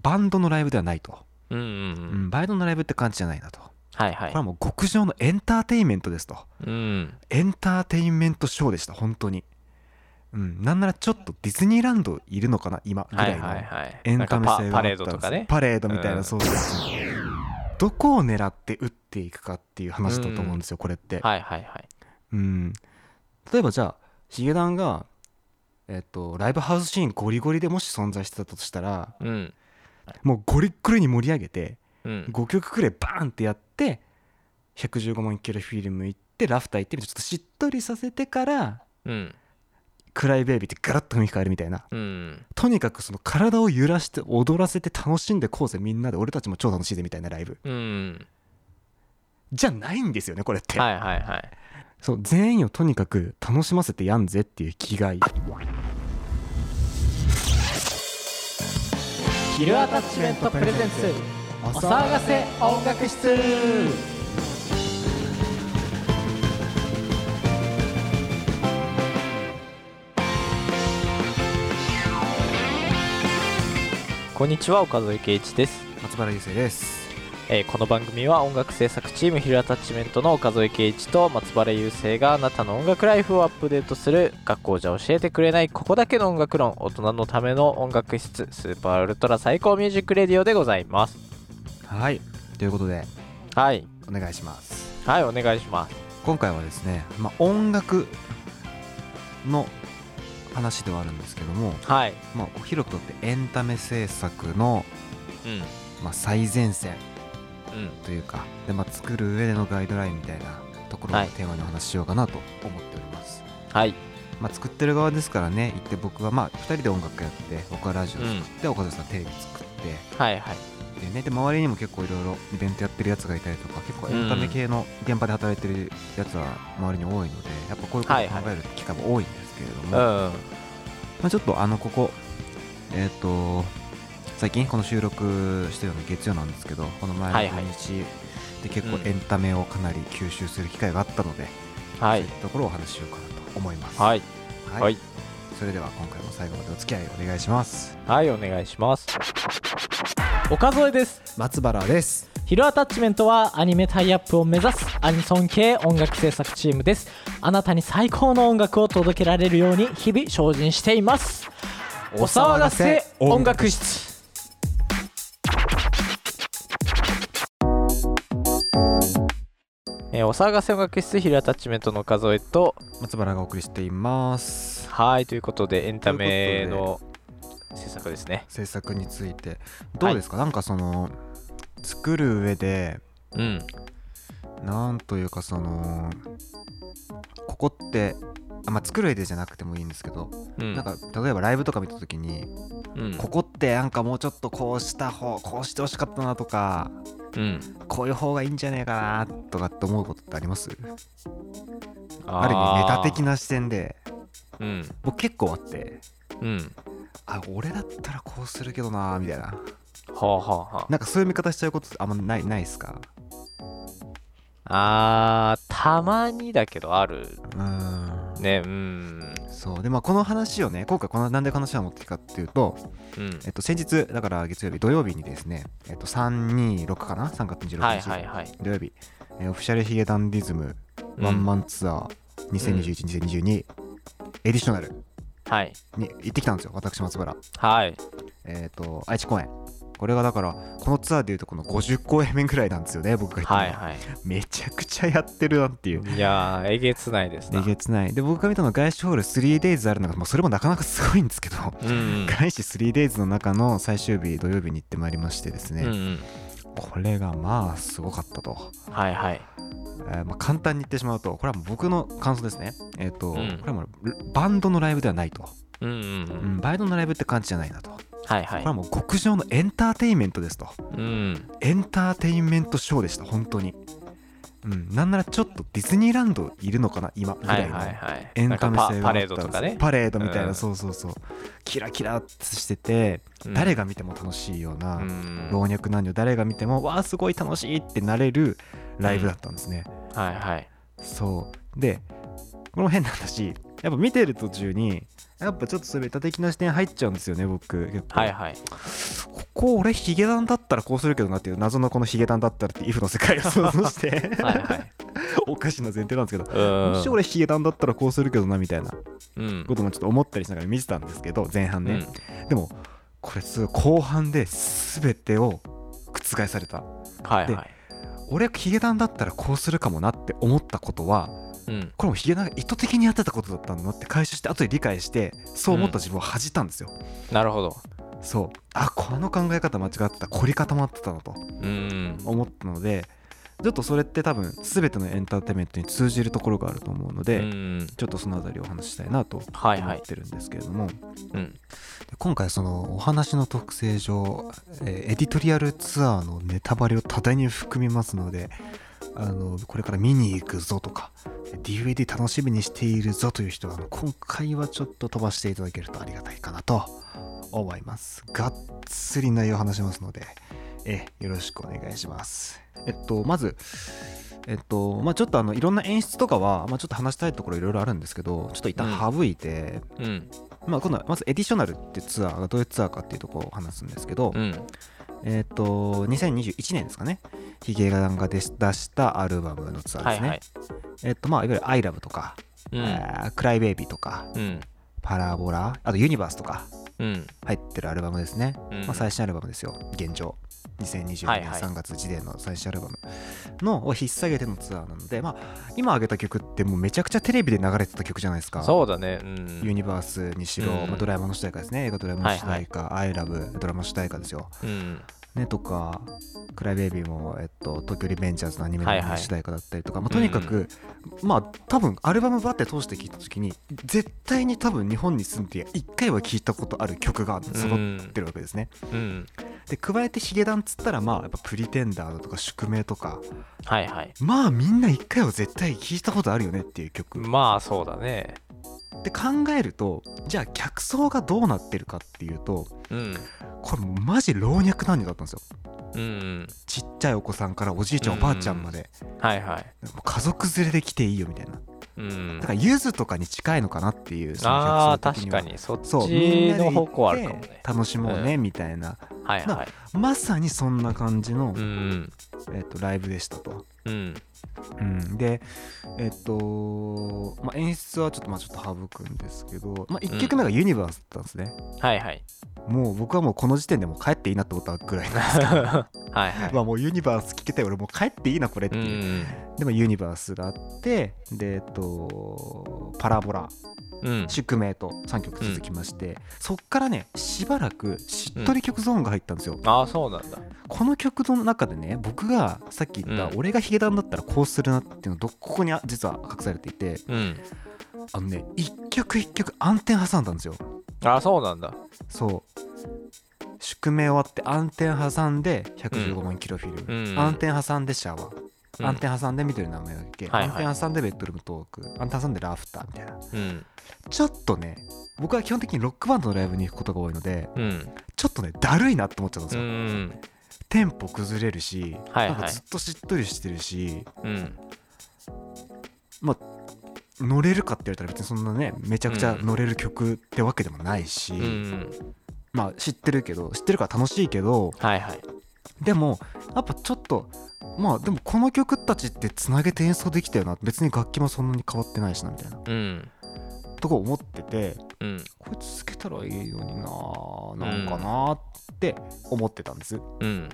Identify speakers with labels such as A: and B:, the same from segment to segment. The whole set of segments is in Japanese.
A: バンドのライブではないと、
B: うんうん
A: う
B: うん
A: ん、バンドのライブって感じじゃないなとこ
B: はいはい
A: れはもう極上のエンターテインメントですと
B: うん
A: エンターテインメントショーでした本当に、うん、なんならちょっとディズニーランドいるのかな今ぐ
B: は
A: らい
B: い
A: の、
B: はいはい
A: エンタメ
B: なんか
A: 性があった
B: パパ
A: んです
B: レードとかね
A: パレードみたいな、
B: うん
A: そうそうそうどこを狙って打っていくかっていう話だと思うんですよ、これって、
B: はいはいはい
A: うん、例えばじゃあヒゲダンが、えっと、ライブハウスシーンゴリゴリでもし存在してたとしたら
B: うん
A: もうゴリッゴリに盛り上げて
B: うん
A: 5曲くらいバーンってやって115万キロフィルム行ってラフター行ってみてちょっとしっとりさせてから
B: うん
A: 「クライベイビー」ってガラッと雰囲気変えるみたいな
B: うん
A: とにかくその体を揺らして踊らせて楽しんでこうぜみんなで俺たちも超楽しいぜみたいなライブ
B: うん
A: じゃないんですよねこれって、
B: はいはいはい
A: そう全員をとにかく楽しませてやんぜっていう気概
B: キルアタッチメントプレゼンツお騒がせ音楽室こんにちは岡添圭一です、
A: 松原優生です
B: えーこの番組は音楽制作チームヒルアタッチメントの岡添圭一と松原雄生があなたの音楽ライフをアップデートする学校じゃ教えてくれないここだけの音楽論大人のための音楽室スーパーウルトラ最高ミュージックレディオでございます
A: はいということで
B: はい
A: お願いします
B: はいお願いします
A: 今回はですね、まあ、音楽の話ではあるんですけども、
B: はい
A: まあ、広くとってエンタメ制作の、
B: うん
A: まあ、最前線
B: うん
A: というかで、まあ、作る上でのガイドラインみたいなところ
B: は
A: を
B: い
A: テーマにお話ししようかなと思っております、
B: はい
A: まあ、作ってる側ですからね行って僕はまあ2人で音楽やって僕はラジオ作って、岡田さんテレビ作って
B: はいはい
A: でね、で周りにも結構いろいろイベントやってるやつがいたりとか結構エンタメ系の現場で働いてるやつは周りに多いのでやっぱこういうこと
B: はいは
A: を
B: い
A: 考える機会も多いんですけれども、
B: うんは
A: まあ、ちょっとあのここえっ、と最近この収録してるの月曜なんですけどこの
B: は
A: 前
B: い
A: の
B: はい
A: 土日で結構
B: うん
A: エンタメをかなり吸収する機会があったので、
B: い
A: そういったところをお話ししようかなと思います、
B: はい
A: はい
B: はい
A: それでは今回も最後までお付き合いお願いします
B: はいお願いします岡添です
A: 松原です
B: ヒロアタッチメントはアニメタイアップを目指すアニソン系音楽制作チームですあなたに最高の音楽を届けられるように日々精進していますお騒がせ音楽室えーお騒がせ音楽室ヒロアタッチメントの岡添と
A: 松原がお送りしています
B: はいということでエンタ
A: とい
B: メ
A: う
B: の制作ですね
A: 制作についてどうですか、なんかその作る上で
B: うん
A: なんというかそのここってあ、まあ、作る上でじゃなくてもいいんですけど、
B: うん
A: なんか例えばライブとか見た時に、
B: うん
A: ここってなんかもうちょっとこうした方こうしてほしかったなとか
B: うん
A: こういう方がいいんじゃねえかなとかって思うことってありますあ
B: あ
A: る意味メタ
B: ー
A: 的な視点で
B: うん
A: 僕結構あって
B: うん
A: あ俺だったらこうするけどなみたいな
B: はあはあはあ
A: なんかそういう見方しちゃうことってあんまないないですか
B: あーたまにだけどある
A: うーん
B: ねうん
A: そうでまあこの話をね今回このなんでこの話を持ってきたかっていうと、
B: うん
A: えっと、先日だから月曜日土曜日にですね、えっと、326かな3月26日、
B: はいはいはい
A: 土曜日、えーオフィシャルヒゲダンディズム
B: うん
A: ワンマンツアー2021-2022、エディショナル
B: はい
A: に行ってきたんですよ私松原
B: はい
A: えっ、と愛知公演これがだからこのツアーでいうとこの50公演目ぐらいなんですよね僕が行ったの
B: はいはい
A: めちゃくちゃやってるなっていう
B: いやーえげつないです
A: え
B: な
A: げつないで僕が見たのは外資ホール 3days あるのが、まあ、それもなかなかすごいんですけど
B: うん
A: 開始 3days の中の最終日土曜日に行ってまいりましてです
B: う
A: ね、
B: んうん
A: これがまあすごかったと、
B: はいはい
A: えーまあ、簡単に言ってしまうとこれはもう僕の感想ですねえっ、と、
B: うん
A: これはもうバンドのライブではないと、
B: うんうんう
A: うんん、バンドのライブって感じじゃないなとこ
B: はいは
A: れ
B: い
A: はもう極上のエンターテインメントですと
B: うん
A: エンターテインメントショーでした本当にうんなんならちょっとディズニーランドいるのかな今ぐ
B: は
A: らい
B: い
A: の、
B: はいはい
A: エンタメ
B: なんか
A: 性があったん
B: パパ
A: です
B: レードとかね
A: パレードみたいな、
B: うん
A: そうそうそうキラキラってしてて、誰が見ても楽しいような、
B: うん
A: 老
B: は
A: 若男女誰が見てもわあすごい楽しいってなれるライブだったんですね、
B: いはい
A: そうでこれも変なんだしやっぱ見てる途中にやっぱちょっとそういうメタ的な視点入っちゃうんですよね僕結構
B: はいはい
A: ここ俺ヒゲダンだったらこうするけどなっていう謎のこのヒゲダンだったらっていう if の世界を想 像して
B: はいはい
A: おかしな前提なんですけど
B: うん
A: もし俺ヒゲダンだったらこうするけどなみたいな
B: うん
A: こともちょっと思ったりしながら見てたんですけど前半ね、でもこれすごい後半で全てを覆された
B: うんはいはい
A: 俺ヒゲダンだったらこうするかもなって思ったことは
B: うん
A: これもヒゲダンが意図的にやってたことだったんだなって回収して後で理解してそう思った自分を恥じたんですよ、
B: なるほど
A: そうあこの考え方間違ってた凝り固まってたなと
B: うん
A: 思ったのでちょっとそれって多分全てのエンターテインメントに通じるところがあると思うので、
B: うん
A: ちょっとそのあたりお話ししたいなと思
B: はいはい
A: ってるんですけれども、
B: うん
A: で今回そのお話の特性上、えーエディトリアルツアーのネタバレを多大に含みますのであのこれから見に行くぞとか DVD 楽しみにしているぞという人はあの今回はちょっと飛ばしていただけるとありがたいかなと思いますがっつり内容を話しますのでえーよろしくお願いしますえっとまずえっとまあちょっとあのいろんな演出とかは、まあ、ちょっと話したいところいろいろあるんですけどちょっと一旦省いて、
B: うん
A: まあ、今度はまずエディショナルってツアーがどういうツアーかっていうところを話すんですけど、
B: うん
A: えっ、と2021年ですかねヒゲダンが出し出したアルバムのツアー
B: は
A: で
B: い
A: すね、
B: はい
A: えっ、とまあいわゆる「アイラブとか「
B: うん
A: あークライベイビーとか
B: うん
A: 「パラボラ」あと「ユニバース」とか
B: うん
A: 入ってるアルバムですね、
B: うん
A: まあ、最新アルバムですよ現状
B: はい
A: 2022年
B: はい
A: 3月時点の最新アルバムのを引っ提げてのツアーなので、まあ、今挙げた曲ってもうめちゃくちゃテレビで流れてた曲じゃないですか
B: そうだねうん
A: ユニバースにしろ、
B: うん
A: まあ、ドラえもんの主題歌ですね映画ドラえもんの主題歌、アイラブドラマの主題歌ですよ
B: うん
A: ねとかクライベイビーも、えっと、東京リベンジャーズのアニメ
B: はいは
A: の
B: い
A: 主題歌だったりとか、まあ、とにかく、まあ多分アルバムバって通して聴いた時に絶対に多分日本に住んで一回は聴いたことある曲が揃ってるわけですね、
B: うん
A: で加えてヒゲダンっつったらまあやっぱプリテンダーだとか宿命とか
B: はいはい
A: まあみんな一回は絶対聴いたことあるよねっていう曲
B: まあそうだね
A: で考えるとじゃあ客層がどうなってるかっていうと
B: うん
A: これもうマジ老若男女だったんですよ
B: うん
A: ちっちゃいお子さんからおじいちゃんおばあちゃんまで、
B: はいはい
A: もう家族連れで来ていいよみたいな
B: うん
A: だからゆずとかに近いのかなっていうその客
B: ああ
A: 層的
B: 確
A: には
B: かにそっち
A: そうみんなで
B: の
A: 行
B: 方
A: っ
B: 向あるかも
A: て
B: ね
A: 楽しもうねみたいな、
B: はいはい
A: まさにそんな感じの、
B: うん
A: えっとライブでしたと、
B: うん
A: うん、でえっ、と、まあ、演出はちょっとまあちょっと省くんですけど、まあ、1曲目がユニバースだったんですね、
B: は いはい
A: もう僕はもうこの時点でもう帰っていいなって思ったぐらいな んですけど
B: はいはい
A: まあもうユニバース聞けて俺もう帰っていいなこれって
B: う
A: いう、
B: ん
A: でもユニバースがあってでえっとパラボラ
B: うん
A: 宿命と3曲続きまして、そっからねしばらくしっとり曲ゾーンが入ったんですよ、
B: ああそうなんだ
A: この曲の中でね僕がさっき言った、
B: うん
A: 俺がヒゲダンだったらこうするなっていうのどここにあ実は隠されていて
B: うん
A: あのね一曲一曲暗転挟んだんですよ
B: ああそうなんだ
A: そう宿命終わって暗転挟んで115万キロフィルム、
B: うん
A: 暗転挟んでシャワー
B: うん
A: 暗転挟んで見てる名前だっけ、
B: はいはい
A: 暗転挟んでベッドルームトーク暗転挟んでラフターみたいな
B: うん
A: ちょっとね僕は基本的にロックバンドのライブに行くことが多いので
B: うん
A: ちょっとねだるいなって思っちゃったんです
B: う
A: よ、
B: ん
A: テンポ崩れるし、
B: はい
A: な
B: はい
A: んかずっとしっとりしてるし
B: うん
A: 乗れるかって言われたら別にそんなねめちゃくちゃ乗れる曲ってわけでもないし、
B: うん
A: まあ知ってるけど知ってるから楽しいけど
B: はいはい
A: でもやっぱちょっとまあでもこの曲たちってつなげて演奏できたよな別に楽器もそんなに変わってないしなみたいな
B: うん
A: とこ思ってて
B: うん
A: これ続けたらいいのにななんかなって思ってたんです、
B: うん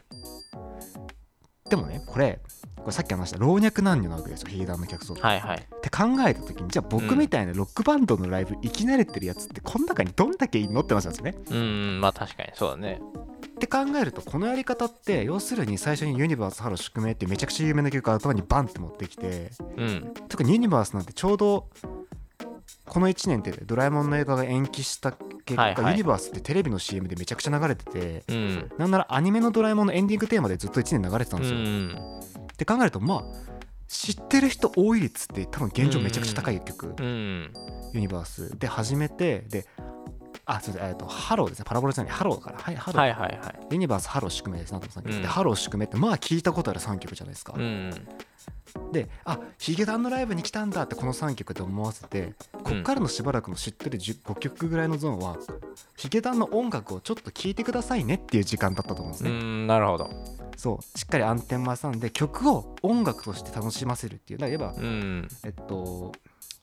A: でもねこれこれさっき話した老若男女なわけですよヒーダーの客層って、
B: はいはい
A: って考えた時にじゃあ僕みたいなロックバンドのライブ生き慣れてるやつってこの中にどんだけいんのって話なんですよね
B: うんまあ確かにそうだね
A: って考えるとこのやり方って要するに最初に「ユニバースハロー宿命」ってめちゃくちゃ有名な曲から頭にバンって持ってきて
B: うん
A: 特にユニバースなんてちょうどこの1年ってドラえもんの映画が延期した結果、
B: はいはい
A: ユニバースってテレビの CM でめちゃくちゃ流れてて
B: うん
A: なんならアニメのドラえもんのエンディングテーマでずっと1年流れてたん
B: う
A: ですよ。
B: ん
A: って考えるとまあ知ってる人多い率って多分現状めちゃくちゃ高い曲、
B: うん
A: ユニバースで始めてであすいませんえっとハローですねパラボラじゃないハローからはいハロー、
B: はいはいは
A: ユニバースハロー宿命ですなと思ったんですけど、
B: うん
A: でハロー宿命ってまあ聞いたことある3曲じゃないですか、
B: いうん
A: であヒゲダンのライブに来たんだってこの3曲で思わせてこっからのしばらくの知ってる10 5曲ぐらいのゾーンはヒゲダンの音楽をちょっと聴いてくださいねっていう時間だったと思うんです
B: う
A: ね、
B: んなるほど
A: そうしっかり暗転も挟んで曲を音楽として楽しませるっていうだから言えば、
B: うん
A: えっと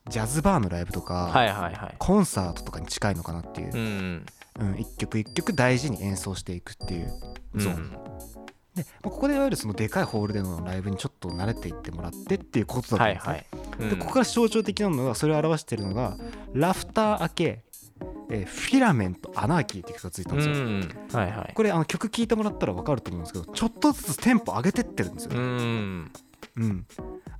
A: ジャズバーのライブとか、
B: はいはいはい
A: コンサートとかに近いのかなっていう
B: う、ん
A: うん、一曲一曲大事に演奏していくっていうゾーン、でまあここでいわゆるそのでかいホールでのライブにちょっと慣れていってもらってっていうことだったん
B: はい
A: ですね、
B: はい
A: でここから象徴的なのがそれを表しているのが「ラフター明け、えーフィラメントアナーキー」って曲がついたん
B: う
A: ですよ、
B: んはいはい
A: これあの曲聴いてもらったら分かると思うんですけどちょっとずつテンポ上げてってるんですよ
B: う
A: ね、
B: ん
A: うん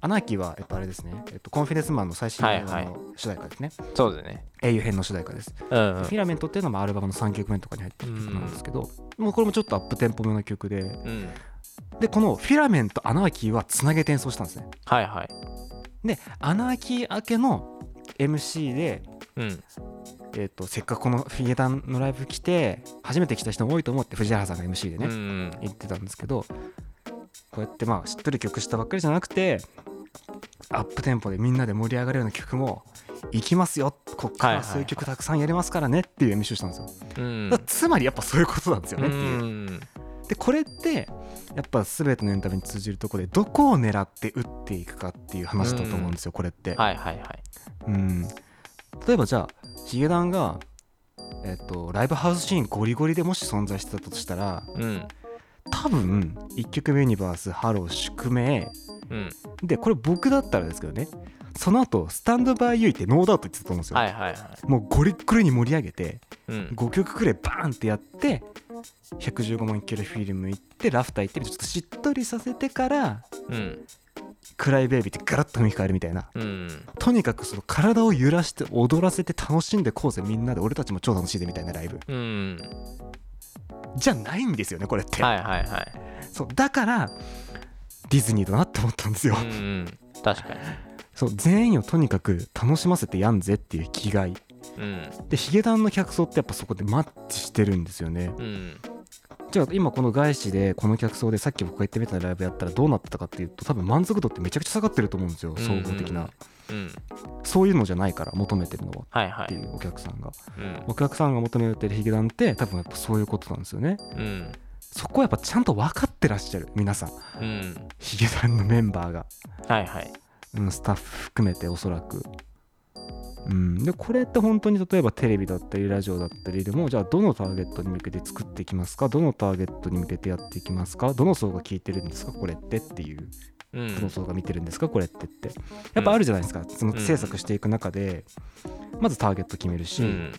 A: アナーキーはやっぱあれですね、えっと、コンフィデンスマンの最新の
B: はいはい
A: 主題歌ですね、
B: そうだね
A: 英雄編の主題歌です、
B: うんうん
A: フィラメントっていうのもアルバムの3曲目とかに入ってる曲なんですけど、もうこれもちょっとアップテンポ目の曲で
B: うん
A: でこの「フィラメントアナーキー」はつなげて演奏したんですね
B: はいはい
A: でアナーキー明けの MC で
B: うん
A: えー、とせっかくこのヒゲダンのライブ来て初めて来た人も多いと思って藤原さんが MC で
B: う
A: ね、
B: ん
A: 言ってたんですけどこうやってまあ知ってる曲したばっかりじゃなくてアップテンポでみんなで盛り上がるような曲も行きますよこっか
B: はい
A: ら
B: はい
A: そういう曲たくさんやりますからねっていう MC をしたんですよ、
B: うん
A: だからつまりやっぱそういうことなんですよ
B: う
A: ねっていう、
B: ん
A: でこれってやっぱ全てのエンタメに通じるところでどこを狙って打っていくかっていう話だと思うんですよ、これって、
B: はいはいはい
A: うん、例えばじゃあヒゲダンが、えっとライブハウスシーンゴリゴリでもし存在してたとしたら
B: うん
A: 多分1曲目ユニバースハロー宿命
B: うん
A: でこれ僕だったらですけどねその後スタンドバイユーイってノーダウト言ってたと思うんですよ、
B: はいはいは
A: もうゴリッゴリに盛り上げて
B: いうん
A: 5曲くらいバーンってやって115万キロフィルム行ってラフター行ってちょっとしっとりさせてから
B: うん
A: クライベイビーってガラッと雰囲気変えるみたいな
B: うん
A: とにかくその体を揺らして踊らせて楽しんでこうぜみんなで俺たちも超楽しいでみたいなライブ
B: うん
A: じゃないんですよねこれって、
B: はいはいはい
A: そうだからディズニーだなって思ったんですよ、
B: うんうん確かに
A: そう全員をとにかく楽しませてやんぜっていう気概
B: うん
A: でヒゲダンの客層ってやっぱそこでマッチしてるんですよね
B: うん
A: じゃあ今この外資でこの客層でさっき僕が言ってみたライブやったらどうなってたかっていうと多分満足度ってめちゃくちゃ下がってると思うんですよ総合的な、
B: うん
A: そういうのじゃないから求めてるのは
B: はいは
A: って
B: い
A: いうお客さんが
B: うん
A: お客さんが求めてるヒゲダンって多分やっぱそういうことなんですよね
B: うん
A: そこはやっぱちゃんと分かってらっしゃる皆さん
B: うん
A: ヒゲダンのメンバーが、
B: はいはい
A: うん、スタッフ含めておそらくうんでこれって本当に例えばテレビだったりラジオだったりでもじゃあどのターゲットに向けて作っていきますかどのターゲットに向けてやっていきますかどの層が聞いてるんですかこれってっていう
B: う
A: どの
B: ん
A: 層が見てるんですかこれってってやっぱあるじゃないですかその制作していく中でまずターゲット決めるし、
B: うん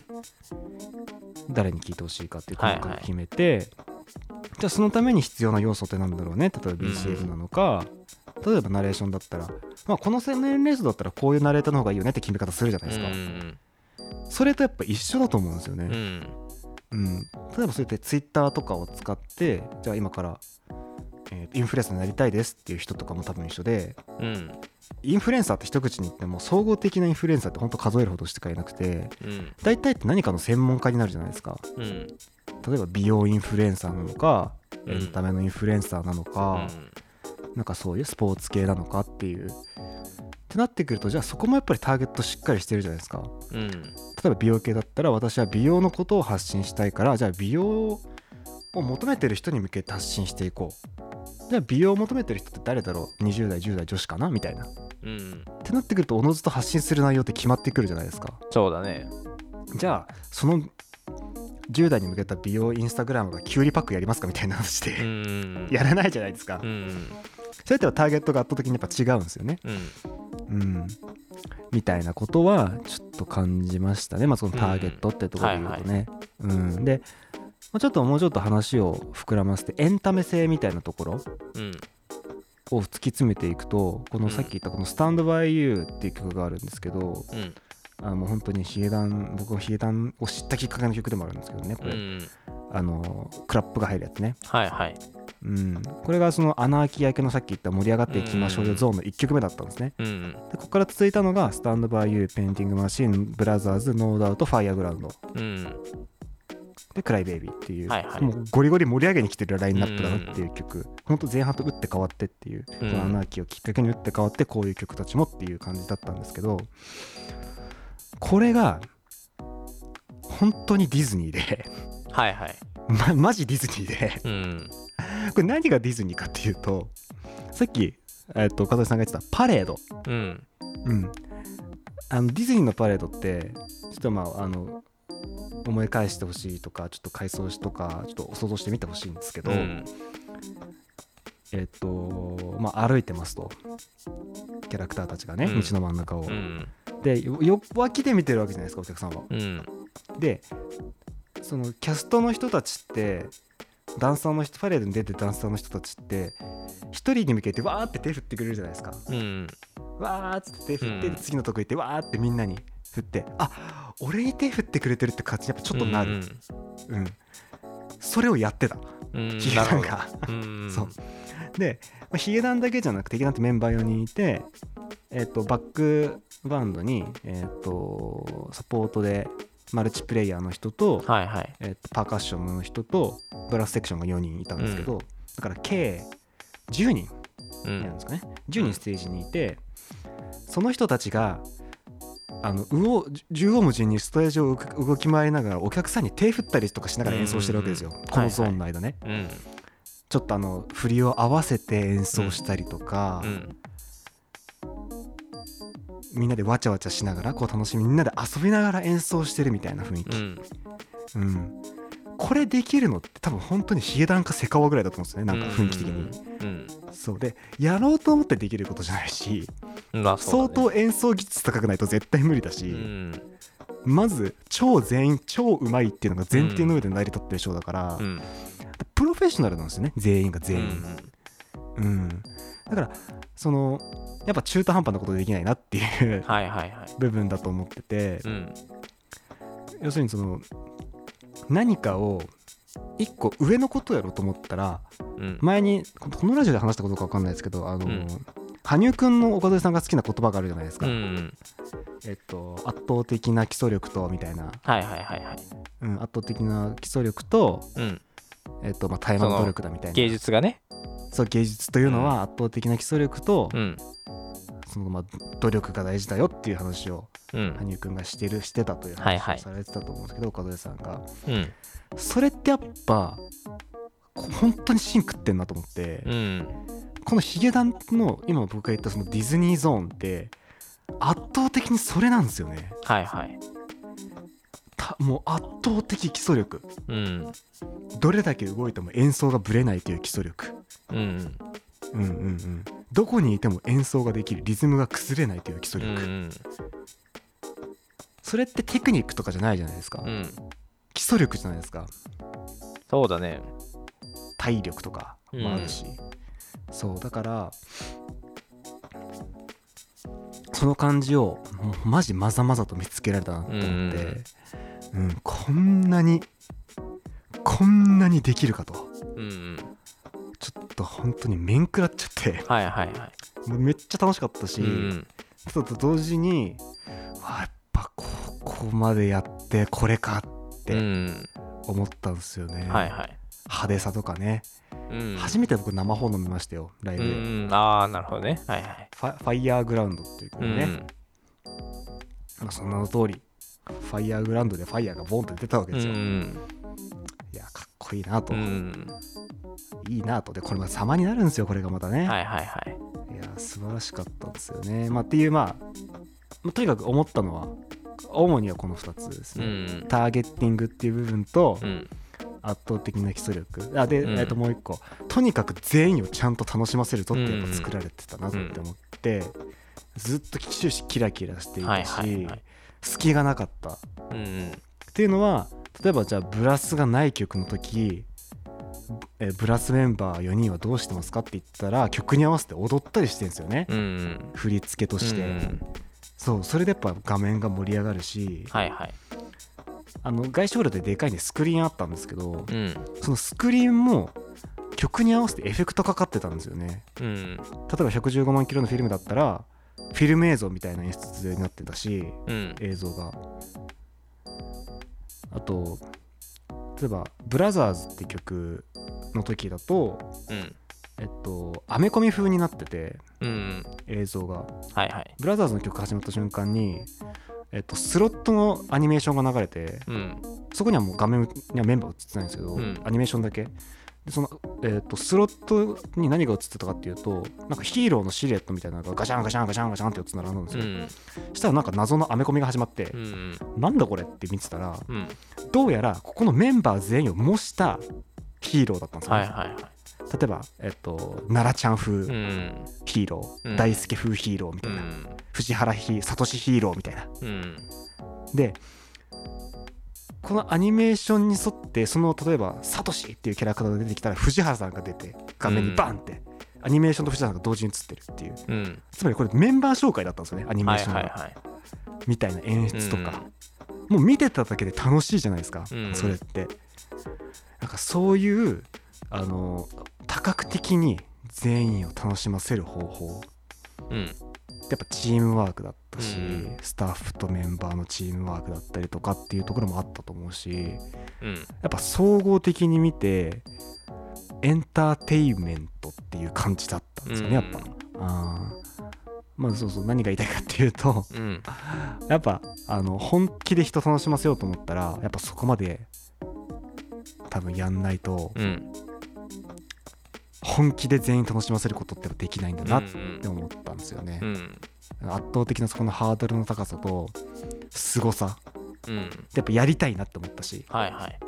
A: 誰に聞いてほしいかっていう
B: はい
A: 感覚を
B: はい
A: 決めて、じゃあそのために必要な要素ってなんだろうね例えば
B: うん
A: BCM なのか、例えばナレーションだったら、まあ、この年齢層だったらこういうナレーターの方がいいよねって決め方するじゃないですか、
B: うん
A: それとやっぱ一緒だと思うんですよ
B: う
A: ね、
B: ん
A: うん例えばそうやって Twitter とかを使ってじゃあ今から、えーインフルエンサーになりたいですっていう人とかも多分一緒で
B: うん
A: インフルエンサーって一口に言っても総合的なインフルエンサーって本当数えるほどしかいなくて
B: うん
A: 大体って何かの専門家になるじゃないですか
B: うん
A: 例えば美容インフルエンサーなのか
B: うん
A: エンタメのインフルエンサーなのか、なんかそういうスポーツ系なのかっていうってなってくるとじゃあそこもやっぱりターゲットしっかりしてるじゃないですか
B: うん
A: 例えば美容系だったら私は美容のことを発信したいからじゃあ美容を求めてる人に向けて発信していこうじゃあ美容を求めてる人って誰だろう20代10代女子かなみたいなっ
B: うん
A: てなってくるとおのずと発信する内容って決まってくるじゃないですか
B: そうだね
A: じゃあその10代に向けた美容インスタグラムがキュウリパックやりますかみたいな話で、
B: うん
A: やらないじゃないですか、
B: うん
A: そうやってはターゲットが圧倒的にやっぱ違うんですよね
B: うん
A: うんみたいなことはちょっと感じましたねまあそのターゲットってところで言うとねうんでまあちょっともうちょっと話を膨らませてエンタメ性みたいなところ
B: うん
A: を突き詰めていくとこのさっき言ったこの「スタンドバイユーっていう曲があるんですけど
B: うん
A: あのもう本当にヒゲダン僕もヒゲダンを知ったきっかけの曲でもあるんですけどねこ
B: う
A: れ、
B: ん
A: あのクラップが入るやつね
B: はいはい
A: うん、これがそのアナーキー明けのさっき言った盛り上がっていきましょうよゾーンの1曲目だったんですね。
B: うん
A: でここから続いたのが「スタンドバイユーペインティングマシンブラザーズノーダウトファイアグラウンド
B: うん」
A: で、クライベイビーっていう、
B: はいはい
A: もうゴリゴリ盛り上げに来てるラインナップだなっていう曲、ほんと前半と打って変わってっていう、
B: うん
A: このアナーキーをきっかけに打って変わって、こういう曲たちもっていう感じだったんですけど、これが、本当にディズニーで、
B: はいはい。
A: ま、マジディズニーで、
B: うん。
A: これ何がディズニーかっていうと、さっき、えっと、岡添さんが言ってたパレード。
B: うん。
A: うん、あのディズニーのパレードってちょっとまああの思い返してほしいとかちょっと回想しとかちょっと想像してみてほしいんですけど、
B: うん。
A: えっとまあ歩いてますとキャラクターたちがね、
B: うん
A: 道の真ん中を、
B: うん。
A: でよ横脇で見てるわけじゃないですかお客さんは
B: うん。
A: でそのキャストの人たちってダンサーの人パレードに出てるダンサーの人たちって一人に向けてわーって手振ってくれるじゃないですか
B: うん。
A: わーっつって手振って、
B: うん
A: 次のとこ行ってわーってみんなに振ってあ俺に手振ってくれてるって感じやっぱちょっとなる、うんそれをやってた
B: うん。うん。
A: ヒゲダンが。
B: なるほど。うん。
A: そうで、まあ、ヒゲダンだけじゃなくてヒゲダンってメンバー4人いて、えっとバックバンドに、えっとサポートでマルチプレイヤーの人と,、
B: はいはい。
A: えっとパーカッションの人とブラスセクションが4人いたんですけど、だから計10人
B: う
A: なん
B: ん。
A: ですかね、10人ステージにいてその人たちがあの右往縦横無尽にステージを動く動き回りながらお客さんに手振ったりとかしながら演奏してるわけですよ、
B: うんうんうん
A: このゾーンの間ね、
B: うん。
A: ちょっとあの振りを合わせて演奏したりとか、
B: うん。
A: みんなでわちゃわちゃしながらこう楽しみみんなで遊びながら演奏してるみたいな雰囲
B: う
A: 気、
B: ん。
A: うんこれできるのって多分本当にヒゲダンかセカオワぐらいだと思うんですよねなんか雰囲気的に、
B: うん。
A: そうでやろうと思ってできることじゃないし、
B: うん。まあ、そ
A: 相
B: うだね。
A: 当演奏技術高くないと絶対無理だし、
B: うん。
A: まず超全員超うまいっていうのが前提の上で成り立ってるショーだから、
B: うん。
A: プロフェッショナルなんですよね全員が
B: う
A: 全員、
B: ん。
A: うんだからそのやっぱ中途半端なことできないなっていう
B: はいはいはい。
A: 部分だと思ってて、
B: うん。
A: 要するにその何かを一個上のことをやろうと思ったら
B: うん。
A: 前にここのラジオで話したことか分かんないですけどあの、
B: うん
A: 羽生くんの岡添さんが好きな言葉があるじゃないです
B: う
A: か、
B: ん。
A: えっと、圧倒的な基礎力とみたいな
B: はいはいはいはい。
A: うん、圧倒的な基礎力と,、
B: うん。
A: えっとまあ、対話の努力だみたいな
B: 芸術がね。
A: そう芸術というのは圧倒的な基礎力と、
B: うん。
A: そのまあ、努力が大事だよっていう話を
B: うん。
A: 羽生くんがしてるしてたという
B: はいはい
A: 話をされてたと思うんですけど、岡添さんが
B: うん。
A: それってやっぱこ本当に芯食ってんなと思って、
B: うん。
A: このヒゲダンの今僕が言ったそのディズニーゾーンって圧倒的にそれなんですよね
B: はいはい。
A: たもう圧倒的基礎力
B: うん。
A: どれだけ動いても演奏がぶれないという基礎力
B: うん。
A: うんうんうん、どこにいても演奏ができるリズムが崩れないという基
B: う
A: 礎力、
B: ん。
A: それってテクニックとかじゃないじゃないですか、
B: うん。
A: 基礎力じゃないですか
B: そうだね。
A: 体力とかもあるし、そうだからその感じをもうマジまざまざと見つけられたなと思って、うんこんなにこんなにできるかと
B: うんうん。
A: ちょっと本当に面食らっちゃって
B: はいはいはい。
A: もうめっちゃ楽しかったし、
B: うん。
A: そうと同時にあやっぱここまでやってこれかって
B: うん。
A: 思ったんですよね、
B: はいはい。
A: 派手さとかね、
B: うん。
A: 初めて僕生放送見ましたよライ
B: う
A: ブで、フ
B: ん。ああ、なるほどね。はいはい。
A: ァファイヤーグラウンドっていう曲
B: う
A: ね、
B: ん。
A: なんかその名の通りファイヤーグラウンドでファイヤーがボンって出たわけ
B: う
A: ですよ、い
B: ん。
A: やかっこいいなと、
B: うん。
A: いいなとでこれまた様になるんですよこれがまたね、
B: はいはいはい。
A: い、や素晴らしかったんですよね、まあ、っていうまあまあとにかく思ったのは主にはこの2つです
B: う
A: ね、
B: ん。
A: ターゲッティングっていう部分と、
B: うん。
A: 圧倒的な基礎力あで、
B: うん
A: えっともう一個とにかく全員をちゃんと楽しませるぞってやっ
B: うん
A: ぱ作られてたなって思って、ずっと終始キラキラしてい
B: はい
A: たし、
B: はいはい。
A: 隙がなかったっ
B: うん。
A: ていうのは例えばじゃあブラスがない曲の時えブラスメンバー4人はどうしてますかって言ったら曲に合わせて踊ったりしてるんですよね、
B: うん。
A: 振り付けとして、
B: うん
A: そうそれでやっぱ画面が盛り上がるし
B: はいはい。
A: あの外商料ででかいねスクリーンあったんですけど、
B: うん。
A: そのスクリーンも曲に合わせてエフェクトかかってたんですよね
B: うん。
A: 例えば115万キロのフィルムだったらフィルム映像みたいな演出になってたし
B: うん。
A: 映像があと例えば「ブラザーズ」って曲の時だと
B: うん
A: えっとアメコミ風になってて
B: うん
A: 映像が
B: はいはい
A: ブラザーズの曲始まった瞬間に、えっと、スロットのアニメーションが流れて
B: うん
A: そこにはもう画面にはメンバー映ってないんですけど、
B: うん
A: アニメーションだけでその、えっとスロットに何が映ってたかっていうとなんかヒーローのシルエットみたいなのがガシャンガシャンガシャンガシャンって映って並んだんです
B: う
A: よ、
B: ん
A: したらなんか謎のアメコミが始まって
B: う、ん
A: なんだこれって見てたら
B: うん
A: どうやらここのメンバー全員を模したヒーローだったんですよ、
B: はいはいは
A: 例えば、えっと、奈良ちゃん
B: いう
A: 風
B: ん
A: ヒーロー、
B: うん
A: 大輔風ヒーローみ
B: う
A: たいな、
B: ん
A: 藤原ヒサトシヒーローみたいな
B: うん
A: でこのアニメーションに沿ってその例えばサトシっていうキャラクターが出てきたら藤原さんが出て画面にバンって、アニメーションと藤原さんが同時に映ってるっていう
B: うん
A: つまりこれメンバー紹介だったんですよねアニメー
B: はい
A: ション
B: は
A: が、
B: いはい
A: みたいな演出とか、もう見てただけで楽しいじゃないですか、
B: うん
A: それってなんかそういうあの多角的に全員を楽しませる方法
B: うん
A: やっぱチームワークだったし、
B: うん
A: スタッフとメンバーのチームワークだったりとかっていうところもあったと思うし
B: うん
A: やっぱ総合的に見てエンターテインメントっていう感じだったんですよね、
B: うん
A: やっぱ。あーまあそうそう何が言いたいかっていうと
B: うん
A: やっぱあの本気で人楽しませようと思ったらやっぱそこまで多分やんないと
B: うん
A: 本気で全員楽しませることってできないんだなって思ったんですよね
B: う。ん
A: 圧倒的なそこのハードルの高さと凄さ
B: うん
A: やっぱやりたいなって思ったし
B: はいはい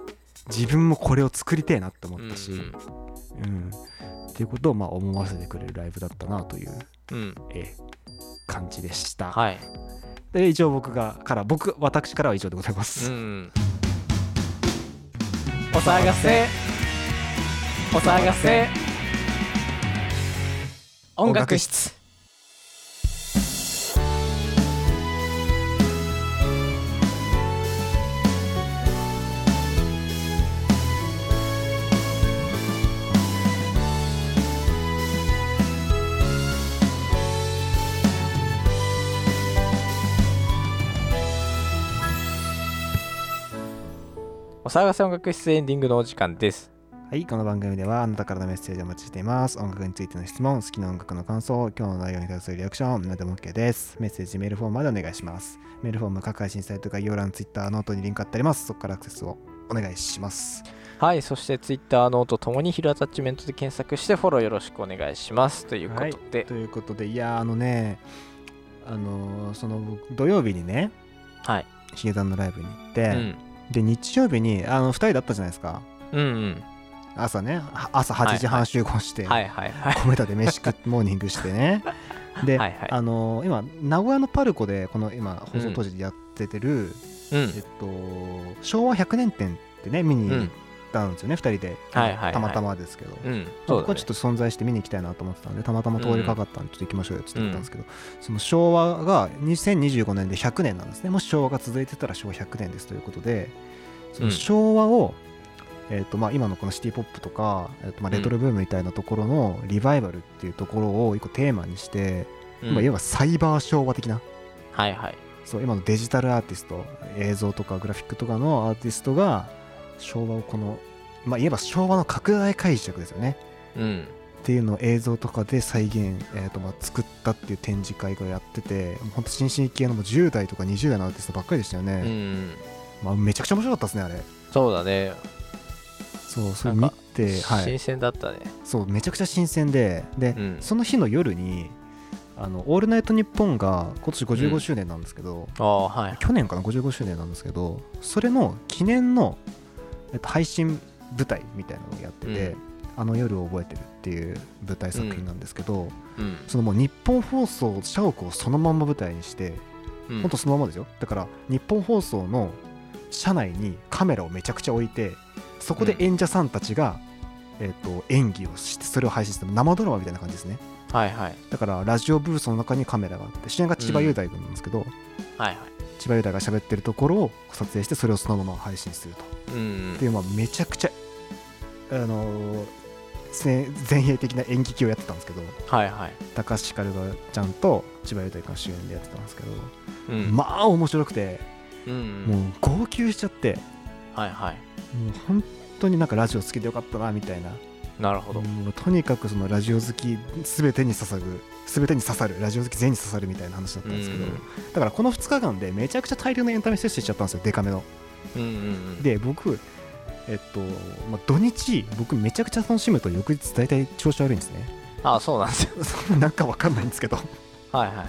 A: 自分もこれを作りたいなって思
B: う
A: っ
B: ん
A: たし、うんっていうことをまあ思わせてくれるライブだったなという、
B: うん
A: えー感じでした。
B: はい
A: で以上僕がから僕私からは以上でございます。
B: うんお騒がせお騒がせ音楽室お騒がせ音楽室エンディングのお時間です
A: はい、この番組ではあなたからのメッセージをお待ちしています。音楽についての質問、好きな音楽の感想、今日の内容に対するリアクションなども OK です。メッセージ、メールフォームまでお願いします。メールフォーム、各配信サイト、概要欄、Twitter、ノートにリンク貼ってあります。そこからアクセスをお願いします。
B: はいそして Twitter ノートともにヒルアタッチメントで検索してフォローよろしくお願いしますということで、
A: ということで、いやー、あのね、あのーその僕土曜日にね、
B: はい、
A: ヒゲダンのライブに行って、
B: うん
A: で、日曜日にあの2人だったじゃないですか。
B: うんうん
A: 朝ね、は朝8時半集合して、
B: はいはいはい
A: 米田で飯食ってモーニングしてねで、
B: はいはい
A: あの今名古屋のパルコでこの今放送当時でやっててる、
B: うん
A: えっと、昭和100年展ってね見に行ったんですよね、二2人で、
B: はいはいはい
A: たまたまですけど、
B: うんそう
A: 僕
B: だ
A: は
B: ね
A: ちょっと存在して見に行きたいなと思ってたんでたまたま通りかかったんでちょっと行きましょうよって言ってたんですけど、その昭和が2025年で100年なんですねもし昭和が続いてたら昭和100年ですということでその昭和を、えーとまあ、今のこのシティ・ポップとか、えーとまあ、レトロブームみたいなところのリバイバルっていうところを一個テーマにして、
B: うん
A: まあ、いわばサイバー昭和的な
B: はいはい
A: そう今のデジタルアーティスト映像とかグラフィックとかのアーティストが昭和をこの、まあ、いわば昭和の拡大解釈ですよね
B: うん
A: っていうのを映像とかで再現、えーとまあ、作ったっていう展示会がやっててもうほんと新進気鋭のもう10代とか20代のアーティストばっかりでしたよ
B: う
A: ね、
B: ん
A: まあ、めちゃくちゃ面白かったですねあれ
B: そうだね
A: そうそれ
B: なん
A: 見
B: か
A: て、は
B: 新
A: い、
B: 鮮だったね
A: そうめちゃくちゃ新鮮でで、
B: うん
A: その日の夜にあの「オールナイトニッポン」が今年
B: うん
A: 55周年なんですけど、
B: ああはい
A: 去年かな55周年なんですけどそれの記念の、えっと、配信舞台みたいなのをやってて、
B: うん
A: あの夜を覚えてるっていう舞台作品なんですけど、
B: うん
A: そのもう日本放送社屋をそのまんま舞台にして、
B: うん
A: ほんとそのままですよだから日本放送の社内にカメラをめちゃくちゃ置いてそこで演者さんたちが、えっと演技をしてそれを配信する生ドラマみたいな感じですね
B: はいはい
A: だからラジオブースの中にカメラがあって主演が千葉雄大君なんですけど、
B: はいはい
A: 千葉雄大が喋ってるところを撮影してそれをそのまま配信すると
B: うん
A: っていうまあめちゃくちゃあのーせ前衛的な演劇をやってたんですけど
B: はいはい
A: 高橋ひかるがちゃんと千葉雄大君が主演でやってたんですけど、
B: うん
A: まあ面白くて、
B: うん
A: もう号泣しちゃって
B: はいはい
A: もう本当になんかラジオ好きでよかったなみたいな
B: なるほど、
A: もうとにかくそのラジオ好き全てに捧ぐ全てに刺さるラジオ好き全員に刺さるみたいな話だったんですけど、
B: うん
A: だからこの2日間でめちゃくちゃ大量のエンタメ摂取しちゃったんですよデカめの
B: うんうんうん、
A: で僕えっと、まあ、土日僕めちゃくちゃ楽しむと翌日大体調子悪いんですね
B: ああそうなんですよ
A: そ んななんかわかんないんですけど
B: はいは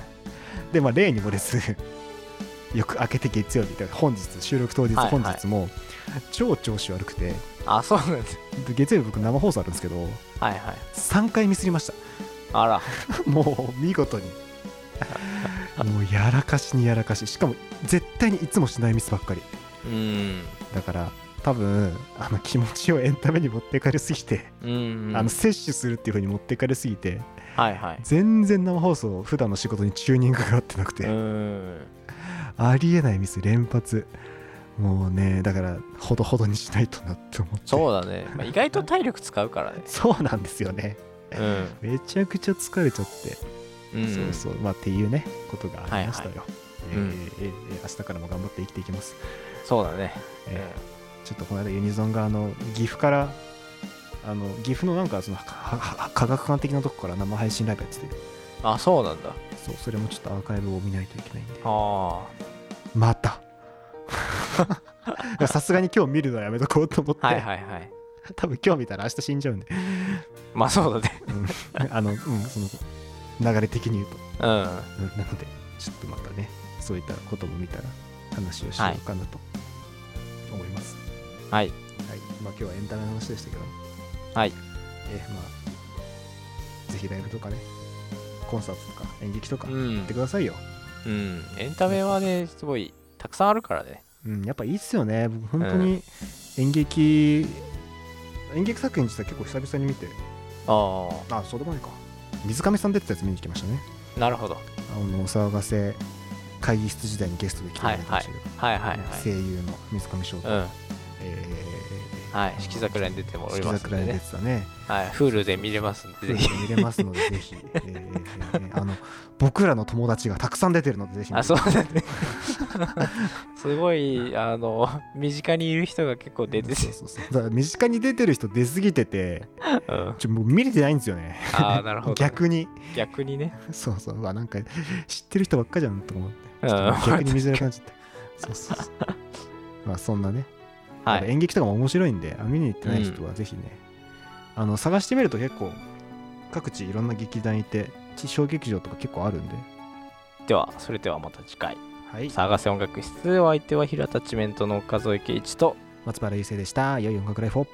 B: い
A: でまあ例にもれず よく明けて月曜日だから本日収録当日
B: はいはい
A: 本日も超調子悪くて、
B: ああそうなんです
A: で月曜日僕生放送あるんですけど
B: はいはい
A: 3回ミスりました
B: あら
A: もう見事に もうやらかしにやらかししかも絶対にいつもしないミスばっかり
B: うん
A: だから多分あの気持ちをエンタメに持ってかれすぎて、
B: うん
A: あの摂取するっていう風に持ってかれすぎて
B: はいはい
A: 全然生放送普段の仕事にチューニングが合ってなくて、
B: うん
A: ありえないミス連発もうねだからほどほどにしないとなって思って
B: そうだね、まあ、意外と体力使うか らね
A: そうなんですよね
B: うん
A: めちゃくちゃ疲れちゃって
B: うん
A: そうそう、まあっていうね、ことがありましたよ。え
B: うん
A: ーえーえー明日からも頑張って生きていきます。
B: そうだね、
A: えーちょっとこの間ユニゾンがあの岐阜からあの岐阜のなんかそのはは科学館的なとこから生配信ライブやってて、
B: うんあそうなんだ
A: そうそれもちょっとアーカイブを見ないといけないんで。
B: あ
A: ま た。さすがに今日見るのはやめとこうと思って、
B: あはいはいはい
A: 多分今日見たら明日死んじゃうんで、
B: まあそうだね
A: うんあの、うん、その流れ的に言うと。
B: うん
A: うんなのでちょっとまたねそういったことも見たら話をしようかなと思います、
B: はい
A: はいまあ、今日はエンタメの話でしたけど
B: はい
A: えーまあぜひライブとかねコンサートとか演劇とか
B: う
A: 行
B: ん
A: ってくださいよ、
B: うんエンタメはねすごいたくさんあるからね
A: うんやっぱいいっすよね僕本当に演劇、演劇作品自体結構久々に見て
B: あ
A: あそうでもないか水上さん出てたやつ見に来ましたね
B: あなるほど
A: あのお騒がせ会議室時代にゲストで来てもらいましたけど、
B: はいはいは
A: 声
B: い
A: 優の水上翔太、
B: うん
A: えー
B: はい四季桜に出てもおります
A: 四季
B: ん
A: 桜
B: で
A: に出
B: ね
A: てたね。
B: はい Hulu で見れますんでぜひ
A: 見れますので、ぜひ、えーえーえーあの、僕らの友達がたくさん出てるので、ぜひ。
B: あそうだね すごいあの身近にいる人が結構出てて
A: そうそうそうだから身近に出てる人出すぎてて、
B: うん
A: ちょもう見れてないんですよね。
B: ああなるほど
A: 逆に。
B: 逆にね
A: そうそう。うわ、なんか、知ってる人ばっかじゃんと思って。
B: うん
A: ちょっと逆に見づらくなっちゃって。そうそうそう。まあ、そんなね。
B: は
A: あの
B: い
A: 演劇とかも面白いんで、あ見に行ってない人はぜひね、あの探してみると結構、各地いろんな劇団いて、小劇場とか結構あるんで。
B: ではそれではまた次回
A: はい。
B: 探せ音楽室お相手は平田チメントの岡添圭一と
A: 松原優生でした。良い音楽ライフを。